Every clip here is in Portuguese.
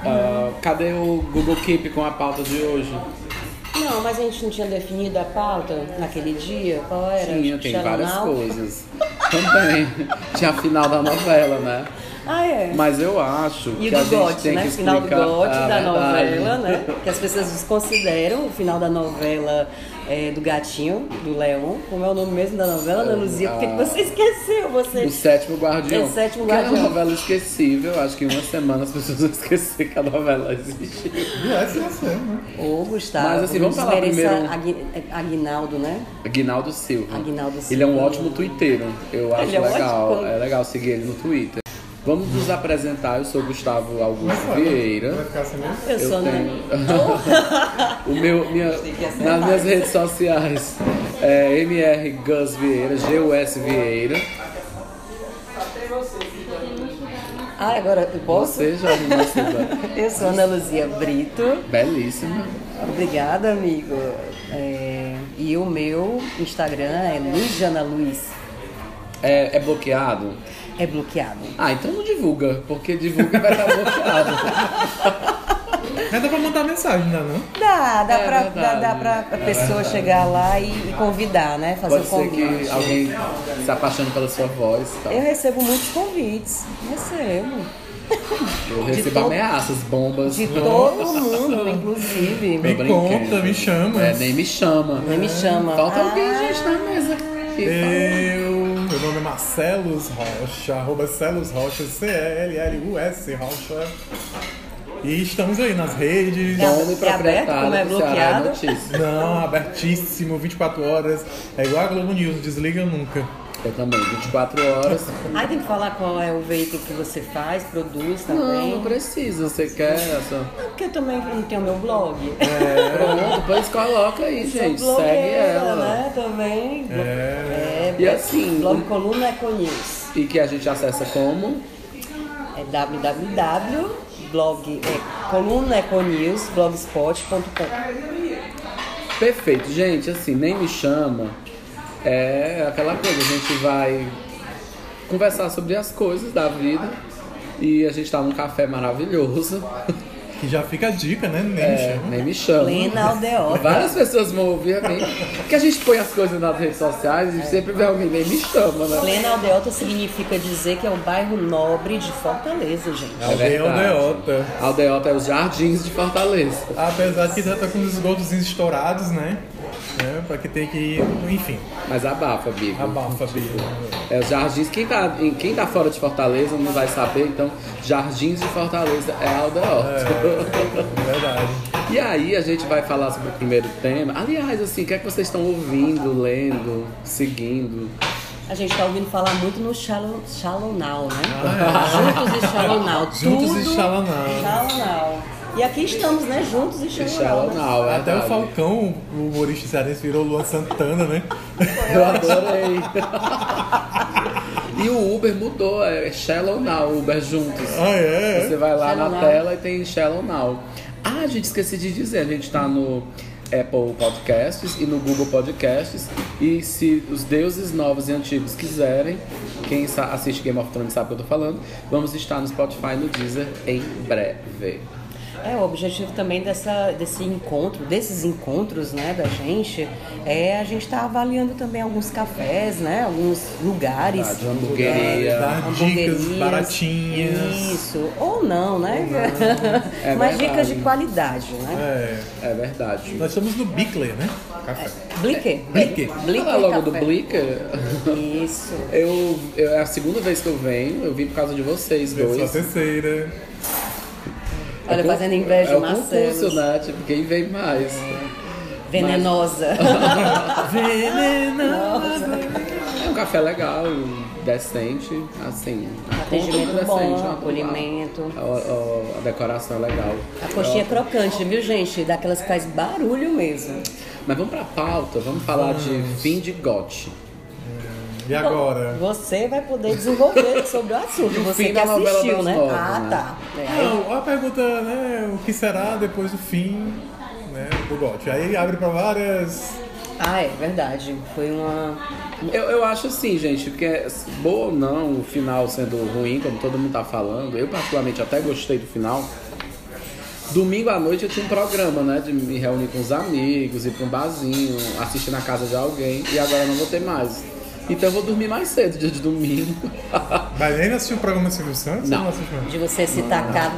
Ah, Cadê o Google Keep com a pauta de hoje? Não, mas a gente não tinha definido a pauta naquele dia? Qual era? Tinha, tem Tinha várias jornal? coisas. Também. Tinha a final da novela, né? Ah, é. Mas eu acho E o que a do gente GOT, tem né? que O final do explicar... GOT Ah, da verdade. novela, né? Que as pessoas desconsideram o final da novela é, do Gatinho, do Leão. Como é o nome mesmo da novela, Ana Luzia? Por que que Ah. você esqueceu? Você... O Sétimo Guardião. É, Sétimo que era uma Guardião. novela esquecível. Acho que em uma semana as pessoas vão esquecer que a novela existiu. Viesse ia ser, né? Ô, Gustavo, Mas, assim, vamos não falar desmereça primeiro- Agui- é, Aguinaldo, né? Aguinaldo Silva. Aguinaldo Silva. Ele é um ótimo twitteiro. Eu acho é legal. ótimo. É legal seguir ele no Twitter. Vamos nos apresentar. Eu sou Gustavo Augusto Vai Vieira. ficar assim mesmo? Eu, sou a Ana. né? o meu, minha, nas minhas redes sociais é MR Gus Vieira, GUS Vieira. Ah, agora eu posso? Você, Jorge Silva. Eu sou Ana Luzia Brito. Belíssima. Obrigada, amigo. É, E o meu Instagram é Luiziana Luiz. É, é bloqueado? É bloqueado. Ah, então não divulga, porque divulga e vai estar bloqueado. Não dá pra mandar mensagem, ainda não? Dá, dá, É pra, dá, verdade. É dá pra a pessoa chegar lá e, e convidar, né? Fazer Pode o ser convite. que alguém se apaixone pela sua voz. tá? e Tal. Eu recebo muitos convites. Recebo. Eu recebo todo- ameaças, bombas. De todo mundo, inclusive. Me brincando. conta, me chama. É, nem me chama. Nem me chama. Falta Ah, alguém, gente, na mesa. tá? Que Eu, Então. meu nome é Marcelos Rocha, arroba Celos Rocha, C-E-L-L-U-S Rocha. E estamos aí nas redes. É. Dono e aberto, proprietário como é do Ceará bloqueado. Notícias. Não, abertíssimo, 24 horas. É igual a Globo News, desliga nunca. Eu também, 24 horas. Aí tem que falar qual é o veículo que você faz, produz Não, também. não precisa. Você quer essa? Ah, Porque eu também não tenho meu blog. É. Pronto, pois coloca aí, É, gente. Sou Segue blogueira, ela. né? Também. É. E assim, Blog Coluna é com news. E que a gente acessa como? É www.blog é colunaeconews.blogspot.com. Perfeito, gente, assim, nem me chama. É aquela coisa, a gente vai conversar sobre as coisas da vida. E a gente tá num café maravilhoso. Que já fica a dica, né? Nem me É, chama. nem me chama. Plena aldeota. Várias pessoas vão ouvir a mim. Porque a gente põe as coisas nas redes sociais É. e sempre vem alguém nem me chama, né? Plena Aldeota significa dizer que é o bairro nobre de Fortaleza, gente. É Aldeia verdade. Aldeota. Aldeota é os jardins de Fortaleza. Apesar de que já tá com os esgotos estourados, né? É, pra que tem que. Enfim, Mas abafa, Bigo. abafa, Bia. É, os jardins, quem tá, em- quem tá fora de Fortaleza não vai saber, então Jardins de Fortaleza é Aldeota. É Verdade. E aí a gente vai falar sobre o primeiro tema. Aliás, assim, o que é que vocês estão ouvindo, lendo, seguindo? A gente tá ouvindo falar muito no Shallow, shallow Now, né? Juntos e Shallow Now. Juntos Tudo e Shallow Now. Shallow Now. E aqui estamos, né? Juntos e Shallow, Shallow Now. Now, né? é Até o verdade. Falcão, o humorista cearense, virou Luan Santana, né? Eu adorei. e o Uber mudou, é Shallow Now, Uber juntos. Ah, é? Você vai lá na Shallow Now. tela e tem Shallow Now. Ah, gente, esqueci de dizer, a gente tá no Apple Podcasts e no Google Podcasts. E se os deuses novos e antigos quiserem, quem sa- assiste Game of Thrones sabe o que eu tô falando, vamos estar no Spotify e no Deezer em breve. É, o objetivo também dessa, desse encontro, desses encontros, né, da gente, é a gente tá avaliando também alguns cafés, né, alguns lugares. Verdade, Tá, hamburgueria. Dar hamburguerias. dicas baratinhas. Isso, ou não, né? É verdade. Mas dicas de qualidade, né? É. É verdade. Nós estamos no Bicler, né? Café. Blicker. Blicker. É, Fala logo do café. Blicker. Isso. Eu, eu- é a segunda vez que eu venho, eu vim por causa de vocês Eu sou a dois. terceira. Olha, É con- fazendo inveja, é de o concurso, Marcelo. né? Tipo, quem vem mais? Venenosa. É um café legal, decente, assim. a Atendimento conta é bom, ó, acolhimento. A, a- a decoração é legal. A coxinha é crocante, viu, gente? Daquelas que faz barulho mesmo. Mas vamos pra pauta, vamos falar de fim de gote. E agora? Você vai poder desenvolver sobre o assunto. o Você fim que da novela assistiu, das né? nove, ah, né? tá. É. Não, a pergunta, né? O que será depois do fim né, do GOT? Aí abre pra várias. Ah, é verdade. Foi uma. Eu, eu acho assim, gente, porque é boa ou não, o final sendo ruim, como todo mundo tá falando, eu particularmente até gostei do final. Domingo à noite eu tinha um programa, né? De me reunir com os amigos, ir pra um barzinho, assistir na casa de alguém. E agora eu não vou ter mais. Então eu vou dormir mais cedo, dia de domingo. Mas ainda assistiu o programa do Silvio Santos? Não. Ou assiste mais? De você se tacar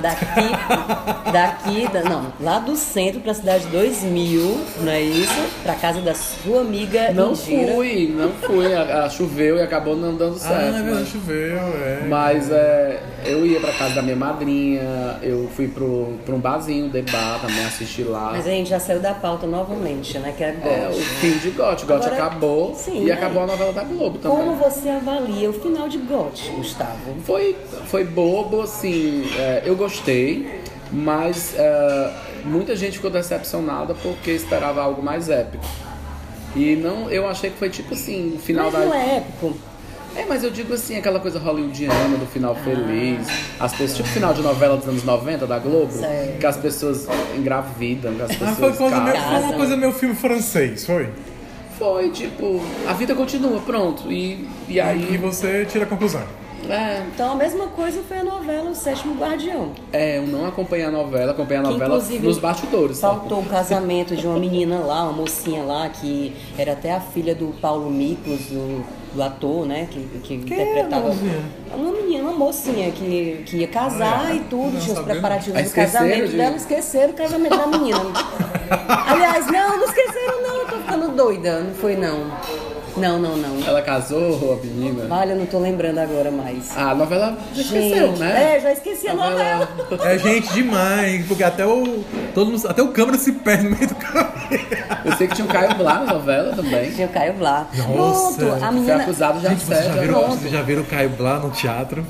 daqui, daqui, da- não, lá do centro pra cidade 2000, não é isso? Pra casa da sua amiga Não Indira. fui, não fui. A, a- choveu e acabou não dando Ah, é certo. né? verdade, choveu, é. Mas é, eu ia pra casa da minha madrinha, eu fui pro, pra um barzinho, de bar, também assisti lá. Mas é a gente já saiu da pauta novamente, né? Que é É, o agora. fim de Got. Got Agora, acabou sim, e né? acabou a novela da Globo também. Como você avalia o final de Got, Gustavo? Foi, foi bobo, assim, é, eu gostei, mas é, muita gente ficou decepcionada porque esperava algo mais épico. E não, eu achei que foi tipo assim, o final Mas não da. é épico. É, mas eu digo assim, aquela coisa hollywoodiana do final feliz. As pessoas, tipo final de novela dos anos 90 da Globo, Certo. que as pessoas engravidam, que as Ah, foi, pessoas coisa meu, casam. foi uma coisa meio filme francês, foi? Foi tipo, a vida continua, pronto. E, e E aí. você tira a conclusão. É, Então a mesma coisa foi a novela O Sétimo Guardião. é, eu não acompanhei a novela, acompanhei a Que, novela inclusive, nos bastidores. sabe? Faltou o um casamento de uma menina lá, uma mocinha lá, que era até a filha do Paulo Miklos, do, do ator, né? Que, que Quem era a interpretava. mocinha? uma menina, uma mocinha que, que ia casar Ah, é? e tudo, tinha Não os sabia, preparativos não. do Ah, esqueceram casamento de- dela, esqueceram o casamento da menina. Aliás, não, não esqueceram, não, eu tô ficando doida. Não foi, não. Não, não, não. Ela casou, a menina. Olha, eu não tô lembrando agora mais. A novela já esqueceu, Gente, né? É, já esqueci a novela. É gente demais, porque até o. Todo mundo- até o câmera se perde no meio do caminho. Eu sei que tinha um Caio Blá na novela também. Tinha o Caio Blá. Nossa. Pronto, a Foi menina. acusado de Gente, vocês já, assédio. né? viram, Pronto. vocês já viram o Caio Blá no teatro?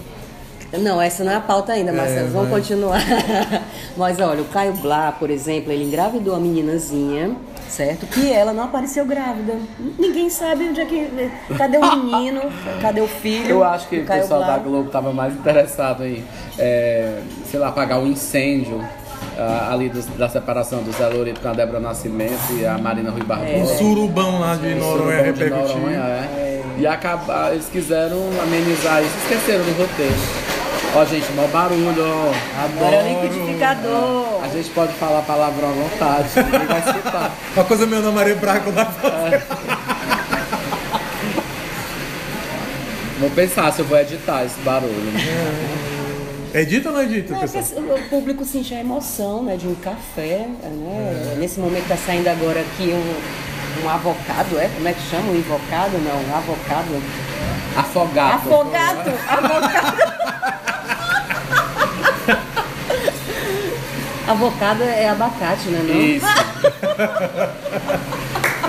Não, essa não é a pauta ainda, Marcelo. Vamos mas- continuar. Mas olha, o Caio Blá, por exemplo, ele engravidou a meninazinha, certo? Que ela não apareceu grávida. Ninguém sabe onde é que. Cadê o menino? Cadê o filho? Eu acho que do o Caio pessoal Blá. da Globo tava mais interessado em, é, sei lá, apagar o incêndio ah, ali dos- da separação do Zé Loreto com a Débora Nascimento e a Marina Rui O Barbosa. surubão lá de Noronha É. Surubão de repercutiu. Noronha, é. E acabar, eles quiseram amenizar isso, esqueceram do roteiro. Ó, gente, mau barulho, ó. Agora é o liquidificador. A gente pode falar palavrão à vontade, ninguém vai escutar. Uma coisa meio Ana Maria Braga lá fora. Vou pensar se eu vou editar esse barulho. assim. Edita ou não edita, É, pessoal? porque o público sentir a emoção né, de um café. Né? É. Nesse momento tá saindo agora aqui um, um avocado, é? Como é que chama? Um invocado? Não, um avocado. Afogado. Afogado! Avocado! Avocado é abacate, né? Não? Isso.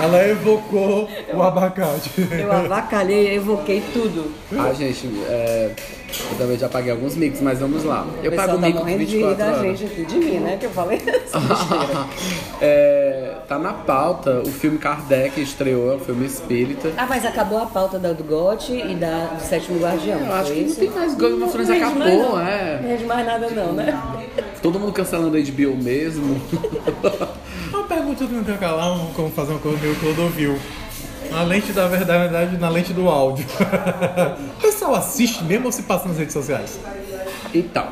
Ela evocou o abacate. Eu avacalhei, evoquei tudo. Ah, gente, é, eu também já paguei alguns micos, mas vamos lá. Eu o pessoal pago o tá mico morrendo de rir 24 da horas. gente aqui, de mim, né? Que eu falei essa besteira. É, tá na pauta o filme Kardec estreou, é um filme espírita. Ah, mas acabou a pauta da do Gote e da do Sétimo Guardião. Eu acho foi que não isso? tem mais Game of Thrones, Não rende mais acabou, não. é. Não rende mais nada não, né? Todo mundo cancelando a HBO mesmo. Uma pergunta que não tem calar, um- como fazer uma coisa meio Clodovil. A lente da verdade, na verdade, na lente do áudio. O pessoal assiste mesmo ou se passa nas redes sociais? Então,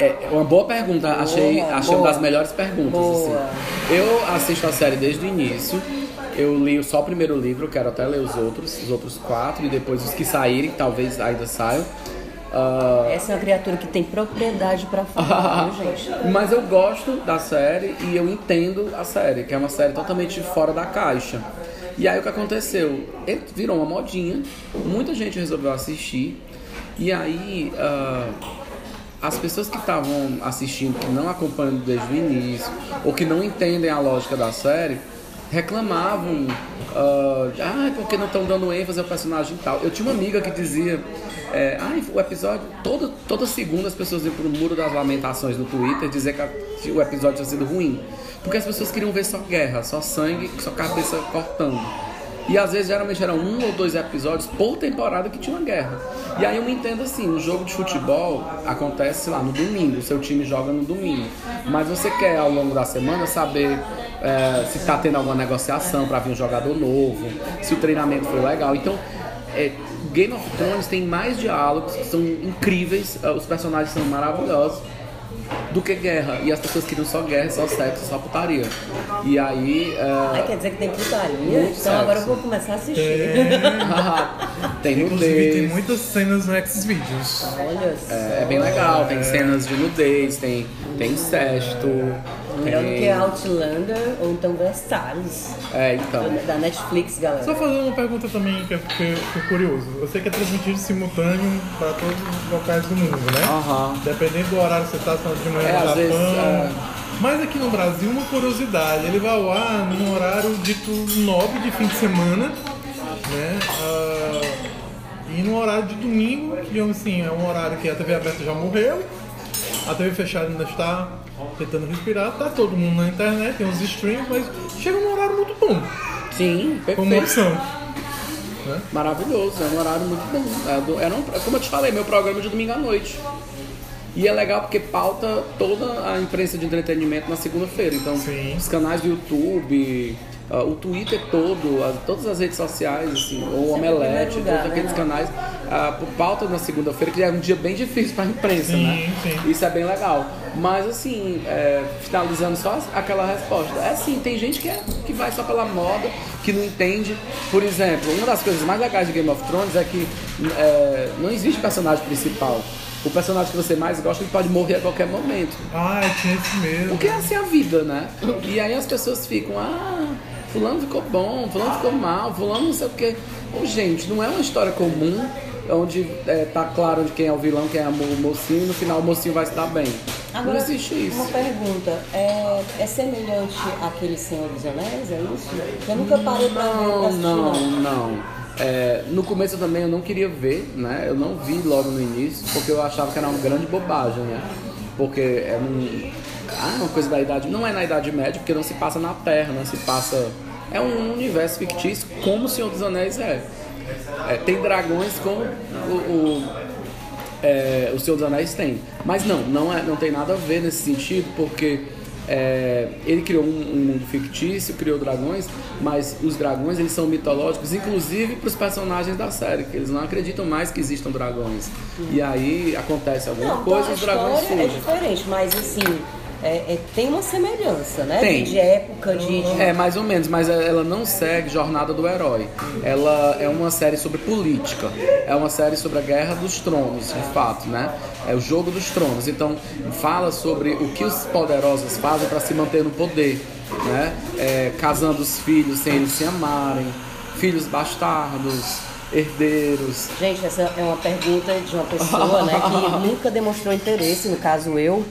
é uma boa pergunta. achei achei uma boa. das melhores perguntas. Boa. assim. Eu assisto a série desde o início. Eu li só o primeiro livro, quero até ler os outros, os outros quatro, e depois os que saírem, talvez ainda saiam. Ah, Essa é uma criatura que tem propriedade pra falar, viu, gente? Mas eu gosto da série e eu entendo a série, que é uma série totalmente fora da caixa. E aí o que aconteceu? Ele virou uma modinha, muita gente resolveu assistir, e aí ah, as pessoas que estavam assistindo, que não acompanham desde o início, ou que não entendem a lógica da série, reclamavam. ah, de, ah, porque não estão dando ênfase ao personagem e tal. Eu tinha uma amiga que dizia, é, ai, o episódio, todo, toda segunda as pessoas iam pro muro das lamentações no Twitter dizer que, a- que o episódio tinha sido ruim. Porque as pessoas queriam ver só guerra, só sangue, só cabeça cortando. E às vezes geralmente eram um ou dois episódios por temporada que tinha uma guerra. E aí eu me entendo assim, um jogo de futebol acontece, sei lá, no domingo, o seu time joga no domingo. Mas você quer ao longo da semana saber é, se tá tendo alguma negociação para vir um jogador novo, se o treinamento foi legal. Então, é, Game of é, Thrones tem mais diálogos que são incríveis, ah, os personagens são maravilhosos, do que guerra. E as pessoas queriam só guerra, só sexo, só putaria. E aí. Ai, é, quer dizer que tem putaria? Muito então sexo. agora eu vou começar a assistir. É. tem Inclusive, tem nudez. muitas cenas no X-Videos. Olha só. É, é bem legal, tem cenas de nudez, tem, tem incesto. Melhor do que Tem, Outlander ou então Versalhes. é, então. Da Netflix, galera. Só fazer uma pergunta também que é eu fiquei fiquei curioso. Eu sei que é transmitido simultâneo para todos os locais do mundo, né? Aham. Dependendo do horário que você tá, se tá de manhã É, no às Japão. vezes, é. Mas aqui no Brasil, uma curiosidade, ele vai ao ar num horário dito nobre de fim de semana, né? Ah, e no horário de domingo, que assim, é um horário que a TV aberta já morreu, a TV fechada ainda está tentando respirar, tá todo mundo na internet, tem uns streams, mas chega num horário muito bom, Sim, como perfeito. opção. Maravilhoso, é um horário muito bom. É do- era um- como eu te falei, meu programa é de domingo à noite. E é legal porque pauta toda a imprensa de entretenimento na segunda-feira. Então, Sim. os canais do YouTube, ah, o Twitter todo, as- todas as redes sociais, assim, ou o Sempre em é primeiro Omelete, lugar, todos aqueles né? canais, ah, por pauta na segunda-feira, que é um dia bem difícil para a imprensa, Sim, né? sim. Isso é bem legal. Mas, assim, é, finalizando só aquela resposta, é assim, tem gente que, é, que vai só pela moda, que não entende. Por exemplo, uma das coisas mais legais de Game of Thrones é que é, não existe personagem principal. O personagem que você mais gosta ele pode morrer a qualquer momento. Ah, tinha esse mesmo. Porque é assim a vida, né? E aí as pessoas ficam, ah, fulano ficou bom, fulano ficou mal, fulano não sei o quê. Bom, gente, não é uma história comum onde é, tá claro de quem é o vilão, quem é o mocinho, e no final o mocinho vai se dar bem. Agora, não existe uma isso. pergunta. É, é semelhante àquele Senhor dos Anéis, é isso? Eu nunca parei pra ver, pra Não, assistir, não, não. É, no começo eu também eu não queria ver, né? Eu não vi logo no início, porque eu achava que era uma grande bobagem, né? Porque é um. Ah, é uma coisa da idade. Não é na Idade Média, porque não se passa na Terra, não se passa. É um universo fictício como o Senhor dos Anéis é. É, tem dragões como o, o- é, o Senhor dos Anéis tem. Mas não, não, é- não tem nada a ver nesse sentido, porque é, ele criou um, um mundo fictício, criou dragões, mas os dragões eles são mitológicos, inclusive para os personagens da série, que eles não acreditam mais que existam dragões. E aí acontece alguma Não, coisa e então a os dragões história é surgem. diferente, mas assim, é- é- tem uma semelhança, né? Tem. De época, de... de- É, mais ou menos, mas ela não segue Jornada do Herói. Ela é uma série sobre política. É uma série sobre a Guerra dos Tronos, de fato, né? É o Jogo dos Tronos. Então, fala sobre o que os poderosos fazem para se manter no poder, né? É, casando os filhos sem eles se amarem, filhos bastardos, herdeiros. Gente, essa é uma pergunta de uma pessoa, né? Que nunca demonstrou interesse, no caso eu,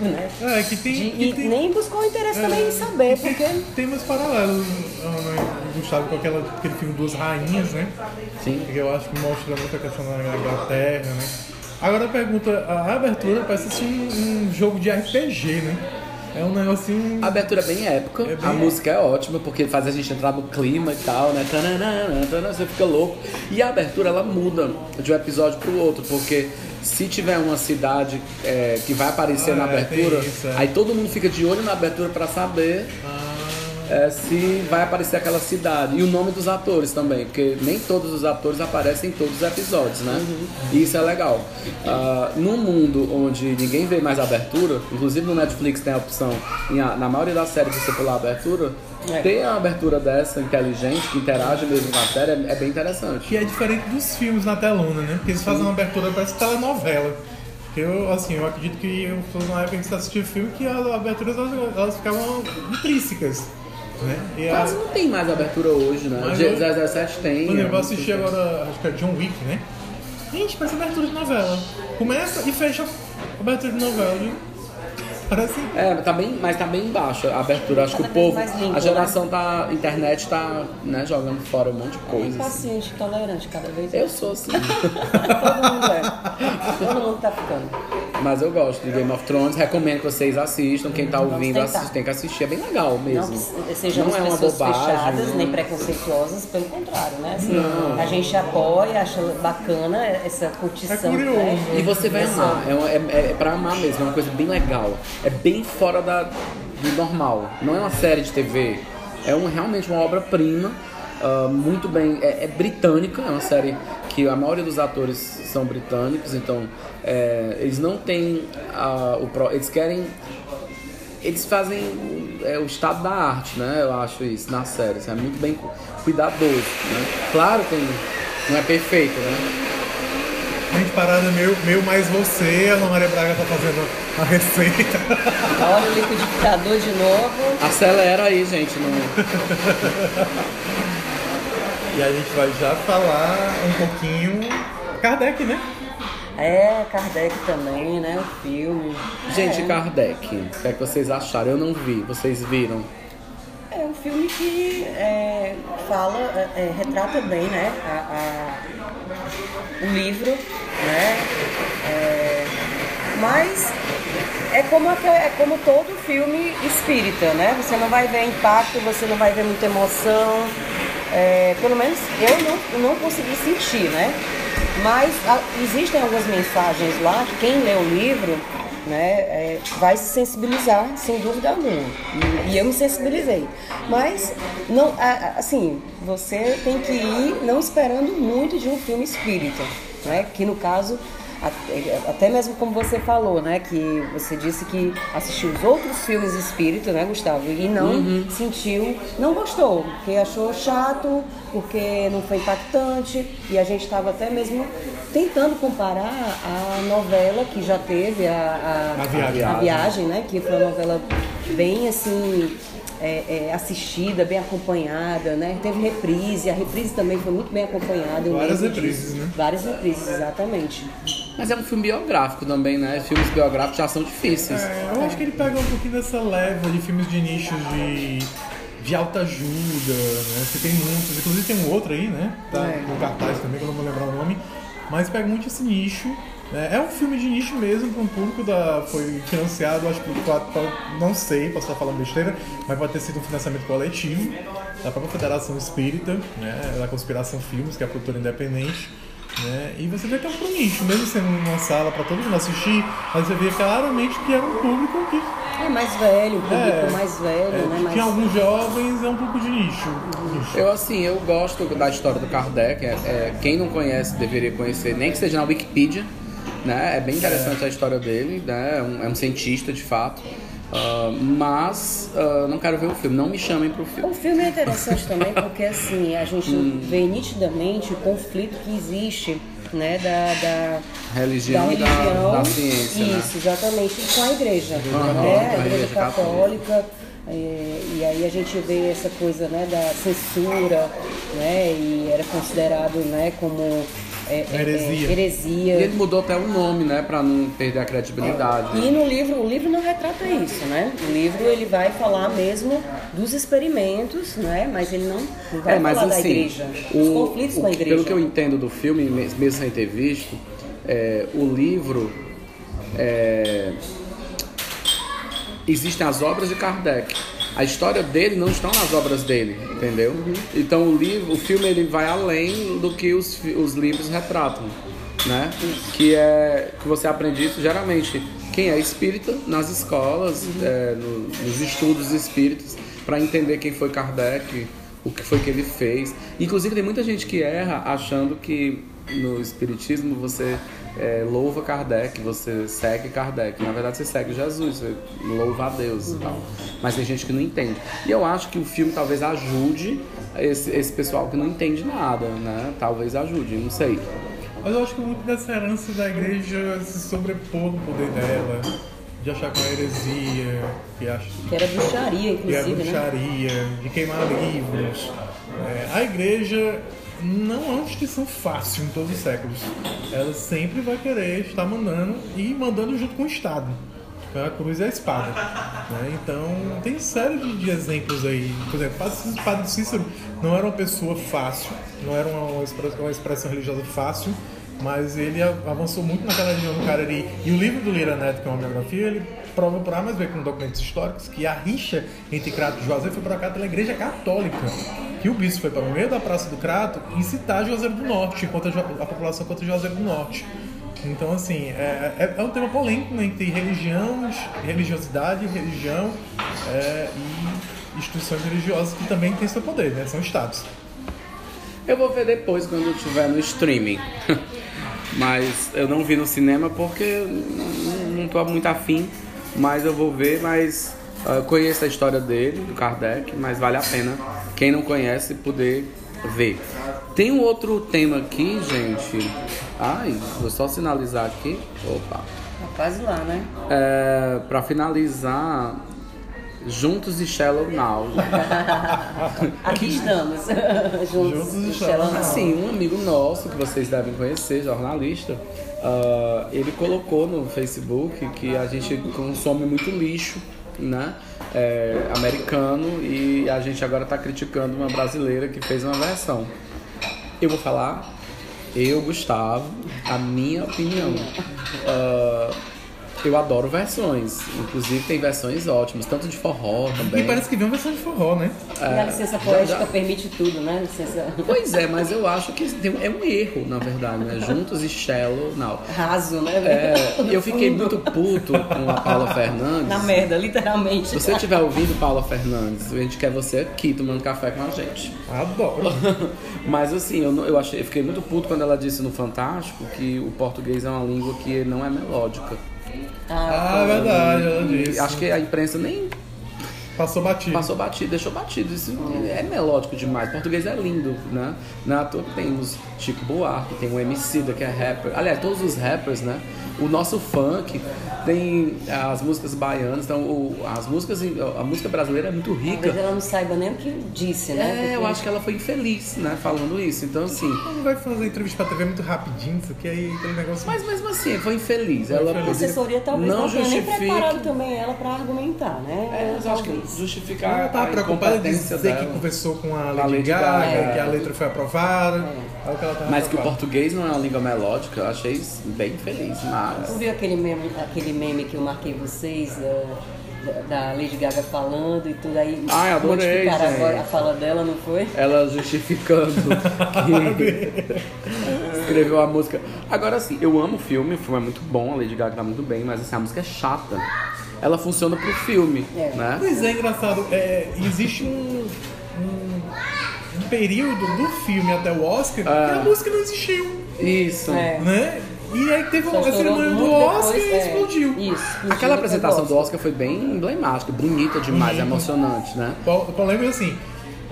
né? É, que tem. De- que e tem... nem buscou interesse também em saber, porque... é Tem umas paralelos, Ana e Gustavo, com aquela, aquele filme Duas Rainhas, né? Sim. Que eu acho que mostra muito a questão da Inglaterra, né? Agora a pergunta, a abertura parece assim, um, um jogo de RPG, né? É um negocinho. A abertura é bem épica, É bem a música é ótima, porque faz a gente entrar no clima e tal, né? Tananana, tanana, você fica louco. E a abertura, ela muda de um episódio pro outro, porque se tiver uma cidade é, que vai aparecer Ah, na é, abertura, tem isso, é. aí todo mundo fica de olho na abertura pra saber é, se vai aparecer aquela cidade. E o nome dos atores também, porque nem todos os atores aparecem em todos os episódios, né? Uhum. E isso é legal. Ah, num mundo onde ninguém vê mais a abertura, inclusive no Netflix tem a opção, em a- na maioria das séries você pular a abertura, É. ter a abertura dessa inteligente, que interage mesmo com a série, é, é bem interessante. Que é diferente dos filmes na telona, né? Porque eles fazem uma abertura, parece telenovela. Porque Eu, assim, eu acredito que eu sou na época que você assistia filme que as aberturas elas, elas ficavam intrínsecas. Né? E a- Quase não tem mais abertura hoje, né? Mas eu- 17 tem. Por é exemplo, eu muito assisti interessante. agora, acho que é John Wick, né? Gente, parece abertura de novela. Começa e fecha abertura de novela, viu? Parece. um É, tá bem, mas tá bem baixa a abertura. Acho que o Cada vez povo, mais né? limpo, a geração da internet tá né, jogando fora um monte de coisa. assim. Impaciente, tolerante cada vez. Eu sou assim, Todo mundo é. Todo mundo tá ficando. mas eu gosto de Game of Thrones. Recomendo que vocês assistam. Quem tá ouvindo, tentar. assiste, tem que assistir. É bem legal Não mesmo. que sejamos Não é uma pessoas bobagem. né? fechadas, não- nem preconceituosas, pelo contrário, né? Assim, A gente apoia, acha bacana essa curtição. É curioso, né? né? E você vai Essa- amar. É, uma- é, é pra amar mesmo. É uma coisa bem legal. É bem fora da, do normal. Não é uma série de TV. É um, realmente uma obra-prima. ah, muito bem. É, é britânica. É uma série que a maioria dos atores são britânicos, então é, eles não têm a, o pro- eles querem eles fazem o- é, o estado da arte, né? Eu acho isso na série, assim, é muito bem cu- cuidadoso, né? Claro tem não é perfeito, né? Gente, parada meio, meio mais você, a Ana Maria Braga tá fazendo a receita. Olha o liquidificador de novo. Acelera aí, gente, não E a gente vai já falar um pouquinho. Kardec, né? É, Kardec também, né? O filme. Gente, é. Kardec, o que é que vocês acharam? Eu não vi, vocês viram? É um filme que é, fala, é, é, retrata bem, né? a- a- o livro, né? É, mas é como, aque- é como todo filme espírita, né? Você não vai ver impacto, você não vai ver muita emoção. É, pelo menos eu não, não consegui sentir, né? Mas a- existem algumas mensagens lá que quem lê o livro né, é, vai se sensibilizar, sem dúvida alguma. E, e eu me sensibilizei. Mas, não, a- a- assim, você tem que ir não esperando muito de um filme espírita, né? Que no caso até- Até mesmo como você falou, né? Que você disse que assistiu os outros filmes espírita, né, Gustavo? E não sentiu, não gostou, porque achou chato, porque não foi impactante. E a gente estava até mesmo tentando comparar a novela que já teve, a, A Viagem. a Viagem, né? Que foi uma novela bem assim. é, é, assistida, bem acompanhada, né? Teve reprise, a reprise também foi muito bem acompanhada. eu Várias lembro reprises, disso. né? Várias reprises, exatamente. Mas é um filme biográfico também, né? Filmes biográficos já são difíceis. É, eu acho que ele pega um pouquinho dessa leva de filmes de nicho de, de alta ajuda, né? Você tem muitos, inclusive tem um outro aí, né? Tá É. no cartaz também, que eu não vou lembrar o nome. Mas pega muito esse nicho. né? É um filme de nicho mesmo, para um público da. Foi financiado, acho que por quatro. Não sei, posso estar falando besteira, mas pode ter sido um financiamento coletivo da própria Federação Espírita, né? Da Conspiração Filmes, que é a produtora independente né? E você vê que é um pro nicho, mesmo sendo uma sala pra todo mundo assistir, mas você vê claramente que era um público que É mais velho, o público É. mais velho, né? é, Mais... tinha alguns jovens, é um público de nicho. Nicho. Eu assim, eu gosto da história do Kardec. é- é, quem não conhece deveria conhecer, nem que seja na Wikipedia, né? É bem interessante a história dele, né? É um, é um cientista de fato. Ah, mas ah, não quero ver o filme, não me chamem pro filme. O filme é interessante também porque assim, a gente Hum. vê nitidamente o conflito que existe, né, da, da, Religião da e da, religião. da ciência, né? Isso, exatamente, e com a igreja, Uhum, né? com A a igreja Igreja Católica. católica. é, E, aí a gente vê essa coisa né, da censura, né? E era considerado né, como é, é, Heresia. é, heresia. E ele mudou até o nome, né? Pra não perder a credibilidade. E no livro, o livro não retrata isso, né? O livro ele vai falar mesmo dos experimentos, né? Mas ele não, não vai É, mas falar assim, da igreja, dos o- conflitos com a o- igreja. Pelo que eu entendo do filme, me- mesmo sem ter visto, é, o livro. é, existem as obras de Kardec. A história dele não estão nas obras dele, entendeu? Então o livro, o filme ele vai além do que os, fi- os livros retratam, né? Que é que você aprende isso geralmente quem é espírita nas escolas, é, no- nos estudos espíritas, para entender quem foi Kardec, o que foi que ele fez. Inclusive tem muita gente que erra achando que no espiritismo você é, louva Kardec, você segue Kardec. Na verdade, você segue Jesus, você louva a Deus e tal. Mas tem gente que não entende. E eu acho que o filme talvez ajude esse, esse pessoal que não entende nada, né? Talvez ajude, não sei. Mas eu acho que muito dessa herança da igreja se sobrepor no poder dela, de achar que é uma heresia, que acha Que era bruxaria, e a inclusive, né? bruxaria, de queimar livros. É, a igreja não é uma instituição fácil em todos os séculos. Ela sempre vai querer estar mandando e mandando junto com o Estado. A cruz e a espada. né? Então, tem série de, de exemplos aí. Por exemplo, Padre Cícero- Padre Cícero não era uma pessoa fácil, não era uma, uma expressão, uma expressão religiosa fácil, mas ele a- avançou muito naquela região do Cariri. E o livro do Lira Neto, que é uma biografia, ele prova por A mais B com documentos históricos que a rixa entre Crato e Juazeiro foi provocada pela Igreja Católica. Que o bispo foi para o meio da Praça do Crato incitar Juazeiro do Norte, contra Ju- a população contra Juazeiro do Norte. Então, assim, é, é- é um tema polêmico né, entre religiões, religiosidade, religião é, e instituições religiosas que também têm seu poder, né? São estados. Eu vou ver depois quando eu tiver no streaming. mas eu não vi no cinema porque eu não, não tô muito afim. Mas eu vou ver, mas ah, eu conheço a história dele, do Kardec, mas vale a pena quem não conhece poder ver. Tem um outro tema aqui, gente. Ai, vou só sinalizar aqui. Opa. Tá quase lá, né? É, para finalizar, Juntos e Shallow Now. Aqui estamos. Juntos, Juntos e Xelana. Assim, um amigo nosso que vocês devem conhecer, jornalista, ah, ele colocou no Facebook que a gente consome muito lixo, né? é, americano e a gente agora tá criticando uma brasileira que fez uma versão. Eu vou falar, eu, Gustavo, a minha opinião. Ah, eu adoro versões, inclusive tem versões ótimas, tanto de forró também. E parece que vem uma versão de forró, né? E a licença é, já- poética já- permite tudo, né? Licença Pois é, mas eu acho que tem- é um erro, na verdade, né? Juntos e Shallow Now. raso, né? É, No eu fiquei fundo. muito puto com a Paula Fernandes. Na merda, literalmente. Se você estiver ouvindo, Paula Fernandes, a gente quer você aqui tomando café com a gente. Adoro. Mas assim, eu, não- eu, achei, eu fiquei muito puto quando ela disse no Fantástico que o português é uma língua que não é melódica. Ah, Ah, verdade, ela E disse. acho que a imprensa nem Passou batido. Passou batido, deixou batido. Isso é melódico demais. Português é lindo, né? Na toa que temos Chico Buarque, tem o MC da que é rapper. Aliás, todos os rappers, né? O nosso funk tem as músicas baianas, então o- as músicas, em- a música brasileira é muito Talvez rica. ela não saiba nem o que disse, né? É, eu acho que ela foi infeliz, né? Falando isso. Então, assim. Não vai fazer entrevista pra TV muito rapidinho, isso aqui aí aquele negócio. Mas mesmo assim, foi infeliz. Ela A assessoria talvez não, não tenha nem justifique. preparado também ela pra argumentar, né? É, mas eu acho que talvez. justificar. Ela a tava preocupada de incompetência dizer dela. que conversou com a A Lady, Lady Gaga, Gaga. que a letra foi aprovada. É o que ela tava Mas que o preocupada. português não é uma língua melódica, eu achei isso bem feliz, mas. Tu viu aquele meme, aquele meme que eu marquei vocês, é, da, da da Lady Gaga falando e tudo aí? Ai, Ah, adorei, modificaram gente. agora a fala dela, não foi? ela justificando que escreveu a música. Agora sim, eu amo o filme, o filme é muito bom, a Lady Gaga tá muito bem, mas assim, a música é chata. Ela funciona pro filme, É. né? Pois é, engraçado. É, existe um, um- um período do filme até o Oscar que a música não existiu, Isso. É. né? E aí teve Só uma estourou cerimônia do muito Oscar depois, e é. explodiu. Isso. explodiu Aquela depois apresentação do Oscar. Oscar foi bem emblemática, bonita demais, Uhum. Bonita. emocionante, né? O o problema é assim,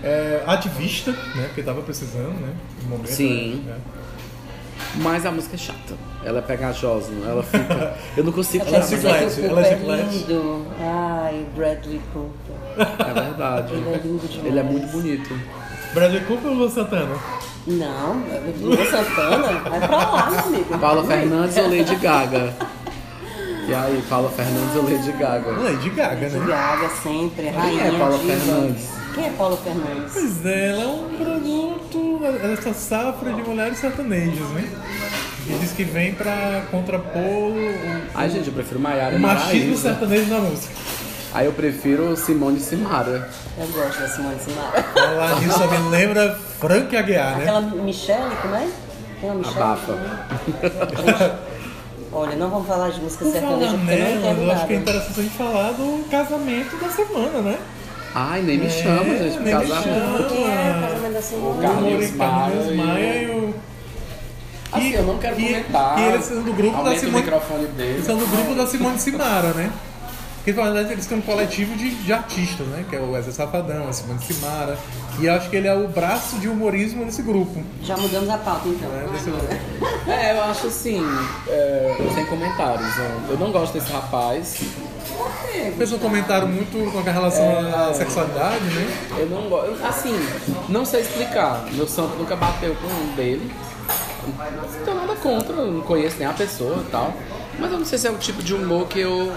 é, ativista, né? Porque tava precisando, né? no momento, Sim. né? Mas a música é chata. Ela é pegajosa, ela fica. Eu não consigo Aquela tirar a se música. música do chiclete, ela é Cooper chiclete. lindo. Ai, Bradley Cooper. É verdade. Ele é lindo demais. Ele é muito bonito. Bradley Cooper ou Lu é Santana? Não, Lua Santana, vai pra lá, meu amigo. Paula Fernandes ou Lady Gaga? E aí, Paula Fernandes ou Lady é Gaga? Lady Gaga, Lady né? Gaga sempre, rainha é Paula diva. Fernandes? Quem é Paula Fernandes? Pois é, ela é um produto, essa safra de mulheres sertanejas, né? E diz que vem pra contrapor o, Ai, gente, eu prefiro Maiara o e machismo Maraísa. sertanejo na música. Aí eu prefiro Simone e Simara. Eu gosto da Simone Simara. Falar nisso só me lembra Frank Aguiar, né? Aquela Michelle, como é? Aquela Michelle. Abafa. Olha, não vamos falar de música Por sertaneja falar porque eu não nela, entendo eu acho que é nada. interessante a gente falar do casamento da semana, né? Ai, nem me chama, gente, por nem me causa da chama. música. Quem é a casamento da Simone? Carlos Carlinhos Maia e- Maia e o... Assim, E- eu não quero e- comentar. E eles são do grupo da Aumenta o Simone... Então- microfone dele. Eles são é do grupo da Simone Simara, né? Porque, na verdade, eles têm um coletivo de, de artistas, né? Que é o Wesley Safadão, a Simone Simara. E eu acho que ele é o braço de humorismo desse grupo. Já mudamos a pauta então. Né? Desse- É, eu acho assim, é, sem comentários. né? Eu, eu não gosto desse rapaz. As pessoas comentaram muito com relação à sexualidade, né? Eu não gosto. Assim, não sei explicar. Meu santo nunca bateu com um dele. Não tenho nada contra, eu não conheço nem a pessoa e tal. Mas eu não sei se é o tipo de humor que eu.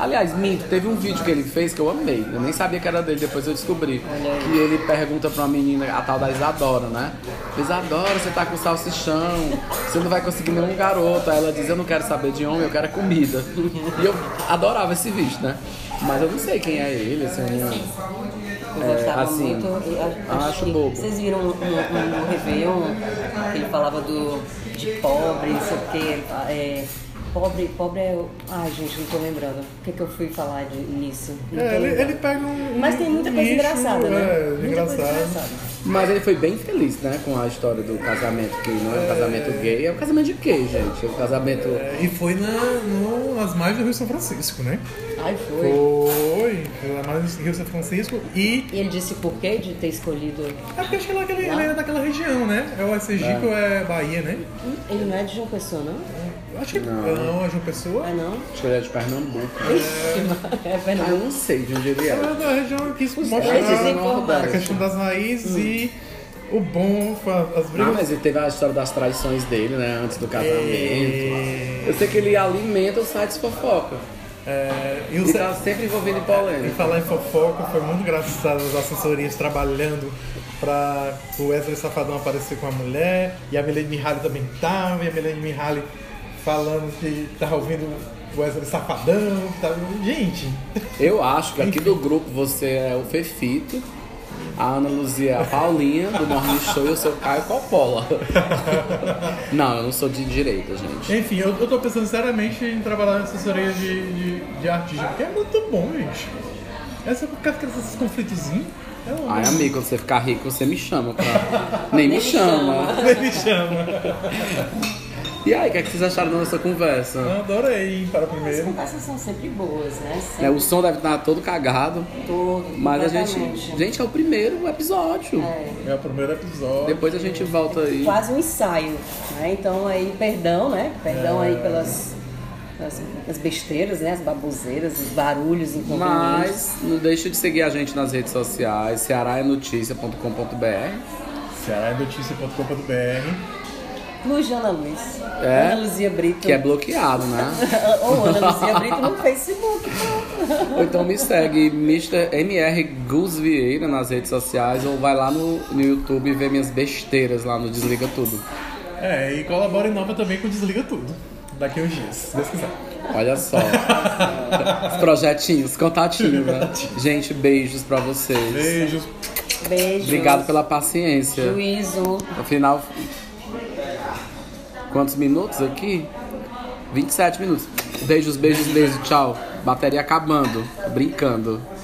Aliás, minto, teve um vídeo que ele fez que eu amei. Eu nem sabia que era dele, depois eu descobri. Que ele pergunta pra uma menina, a tal da Isadora, né? Isadora, você tá com salsichão, você não vai conseguir nenhum garoto. Aí ela diz, eu não quero saber de homem, eu quero é comida. E eu adorava esse vídeo, né? Mas eu não sei quem é ele, assim, eu não- Eu É, gostava assim, muito. eu a- acho que- bobo. Vocês viram no, no, no Réveillon que ele falava do, de pobre, não sei o quê. É, Pobre, pobre é. o- Ai, gente, não tô lembrando. Por que, que eu fui falar de, nisso? Não tô É, ele, lembrando. ele pega um. Mas tem muita coisa nicho, engraçada, né? É, muita engraçado. coisa engraçada. Mas ele foi bem feliz, né? Com a história do casamento, que não é um casamento gay, é um casamento de quê, gente? É um casamento. É, E foi na, no, nas margens do Rio São Francisco, né? Ai, foi. Foi, foi nas margens do Rio São Francisco e. E ele disse por quê de ter escolhido. É porque acho que ele, é daquele- ele é daquela região, né? É o Sergipe ou é Bahia, né? Ele não é de João Pessoa, não? Acho que Não. não, não é João Pessoa. Ah, É não? Acho que ele é de Pernambuco. É, é Ah, verdade. eu não sei de onde ele é. da região que isso mostra dois Ah, a, desinformados. não, a questão das raízes e o bom, foi as Ah, brigas. mas ele teve a história das traições dele, né? Antes do casamento. É. Eu sei que ele alimenta os sites fofoca. É, e o E Zé- tá sempre envolvido em E polêmica. falar em fofoca, foi muito engraçado as assessorias trabalhando pra o Wesley Safadão aparecer com a mulher, e a Milene Mihaly também tava, e a Milene Mihaly falando que tava ouvindo o Wesley Safadão, que tava... Gente, Eu acho que aqui do grupo você é o Fefito, a Ana Luzia é a Paulinha, do Morning Show, e eu sou o Caio Coppola. Não, eu não sou de direita, gente. enfim, eu, eu tô pensando seriamente em trabalhar na assessoria de, de, de artista, porque é muito bom, gente. Essa ficar esses conflitozinhos, é um... Ai, amigo, quando você ficar rico, você me chama. Pra... Nem me chama. me chama. E aí, o que, é que vocês acharam da nossa conversa? Eu adorei ir para o As primeiro. conversas são sempre boas, né? É, Sempre o som deve estar todo cagado, todo, mas a gente. completamente. Gente, é o primeiro episódio. É. É o primeiro episódio. Depois a gente volta aí. quase um ensaio, né? Então aí perdão, né? Perdão aí pelas as, as besteiras, né? As baboseiras, os barulhos inconvenientes. Mas não deixa de seguir a gente nas redes sociais, cearaenoticia.com.br. cearanoticia.com.br Luz de Ana Luz. É? Ana Luzia Brito. Que é bloqueado, né? Ou Ana Luzia Brito no Facebook. ou então me segue Mr. MR Gus Vieira nas redes sociais ou vai lá no, no YouTube e vê minhas besteiras lá no Desliga Tudo. É, e colabora em nova também com o Desliga Tudo. Daqui a uns dias, se Deus quiser. Olha só. Os projetinhos, contatinhos, né? Gente, beijos pra vocês. Beijos. Beijo. Obrigado pela paciência. juízo. Afinal, quantos minutos aqui? 27 minutos. Beijos, beijos, beijos. Tchau. Bateria acabando. Brincando.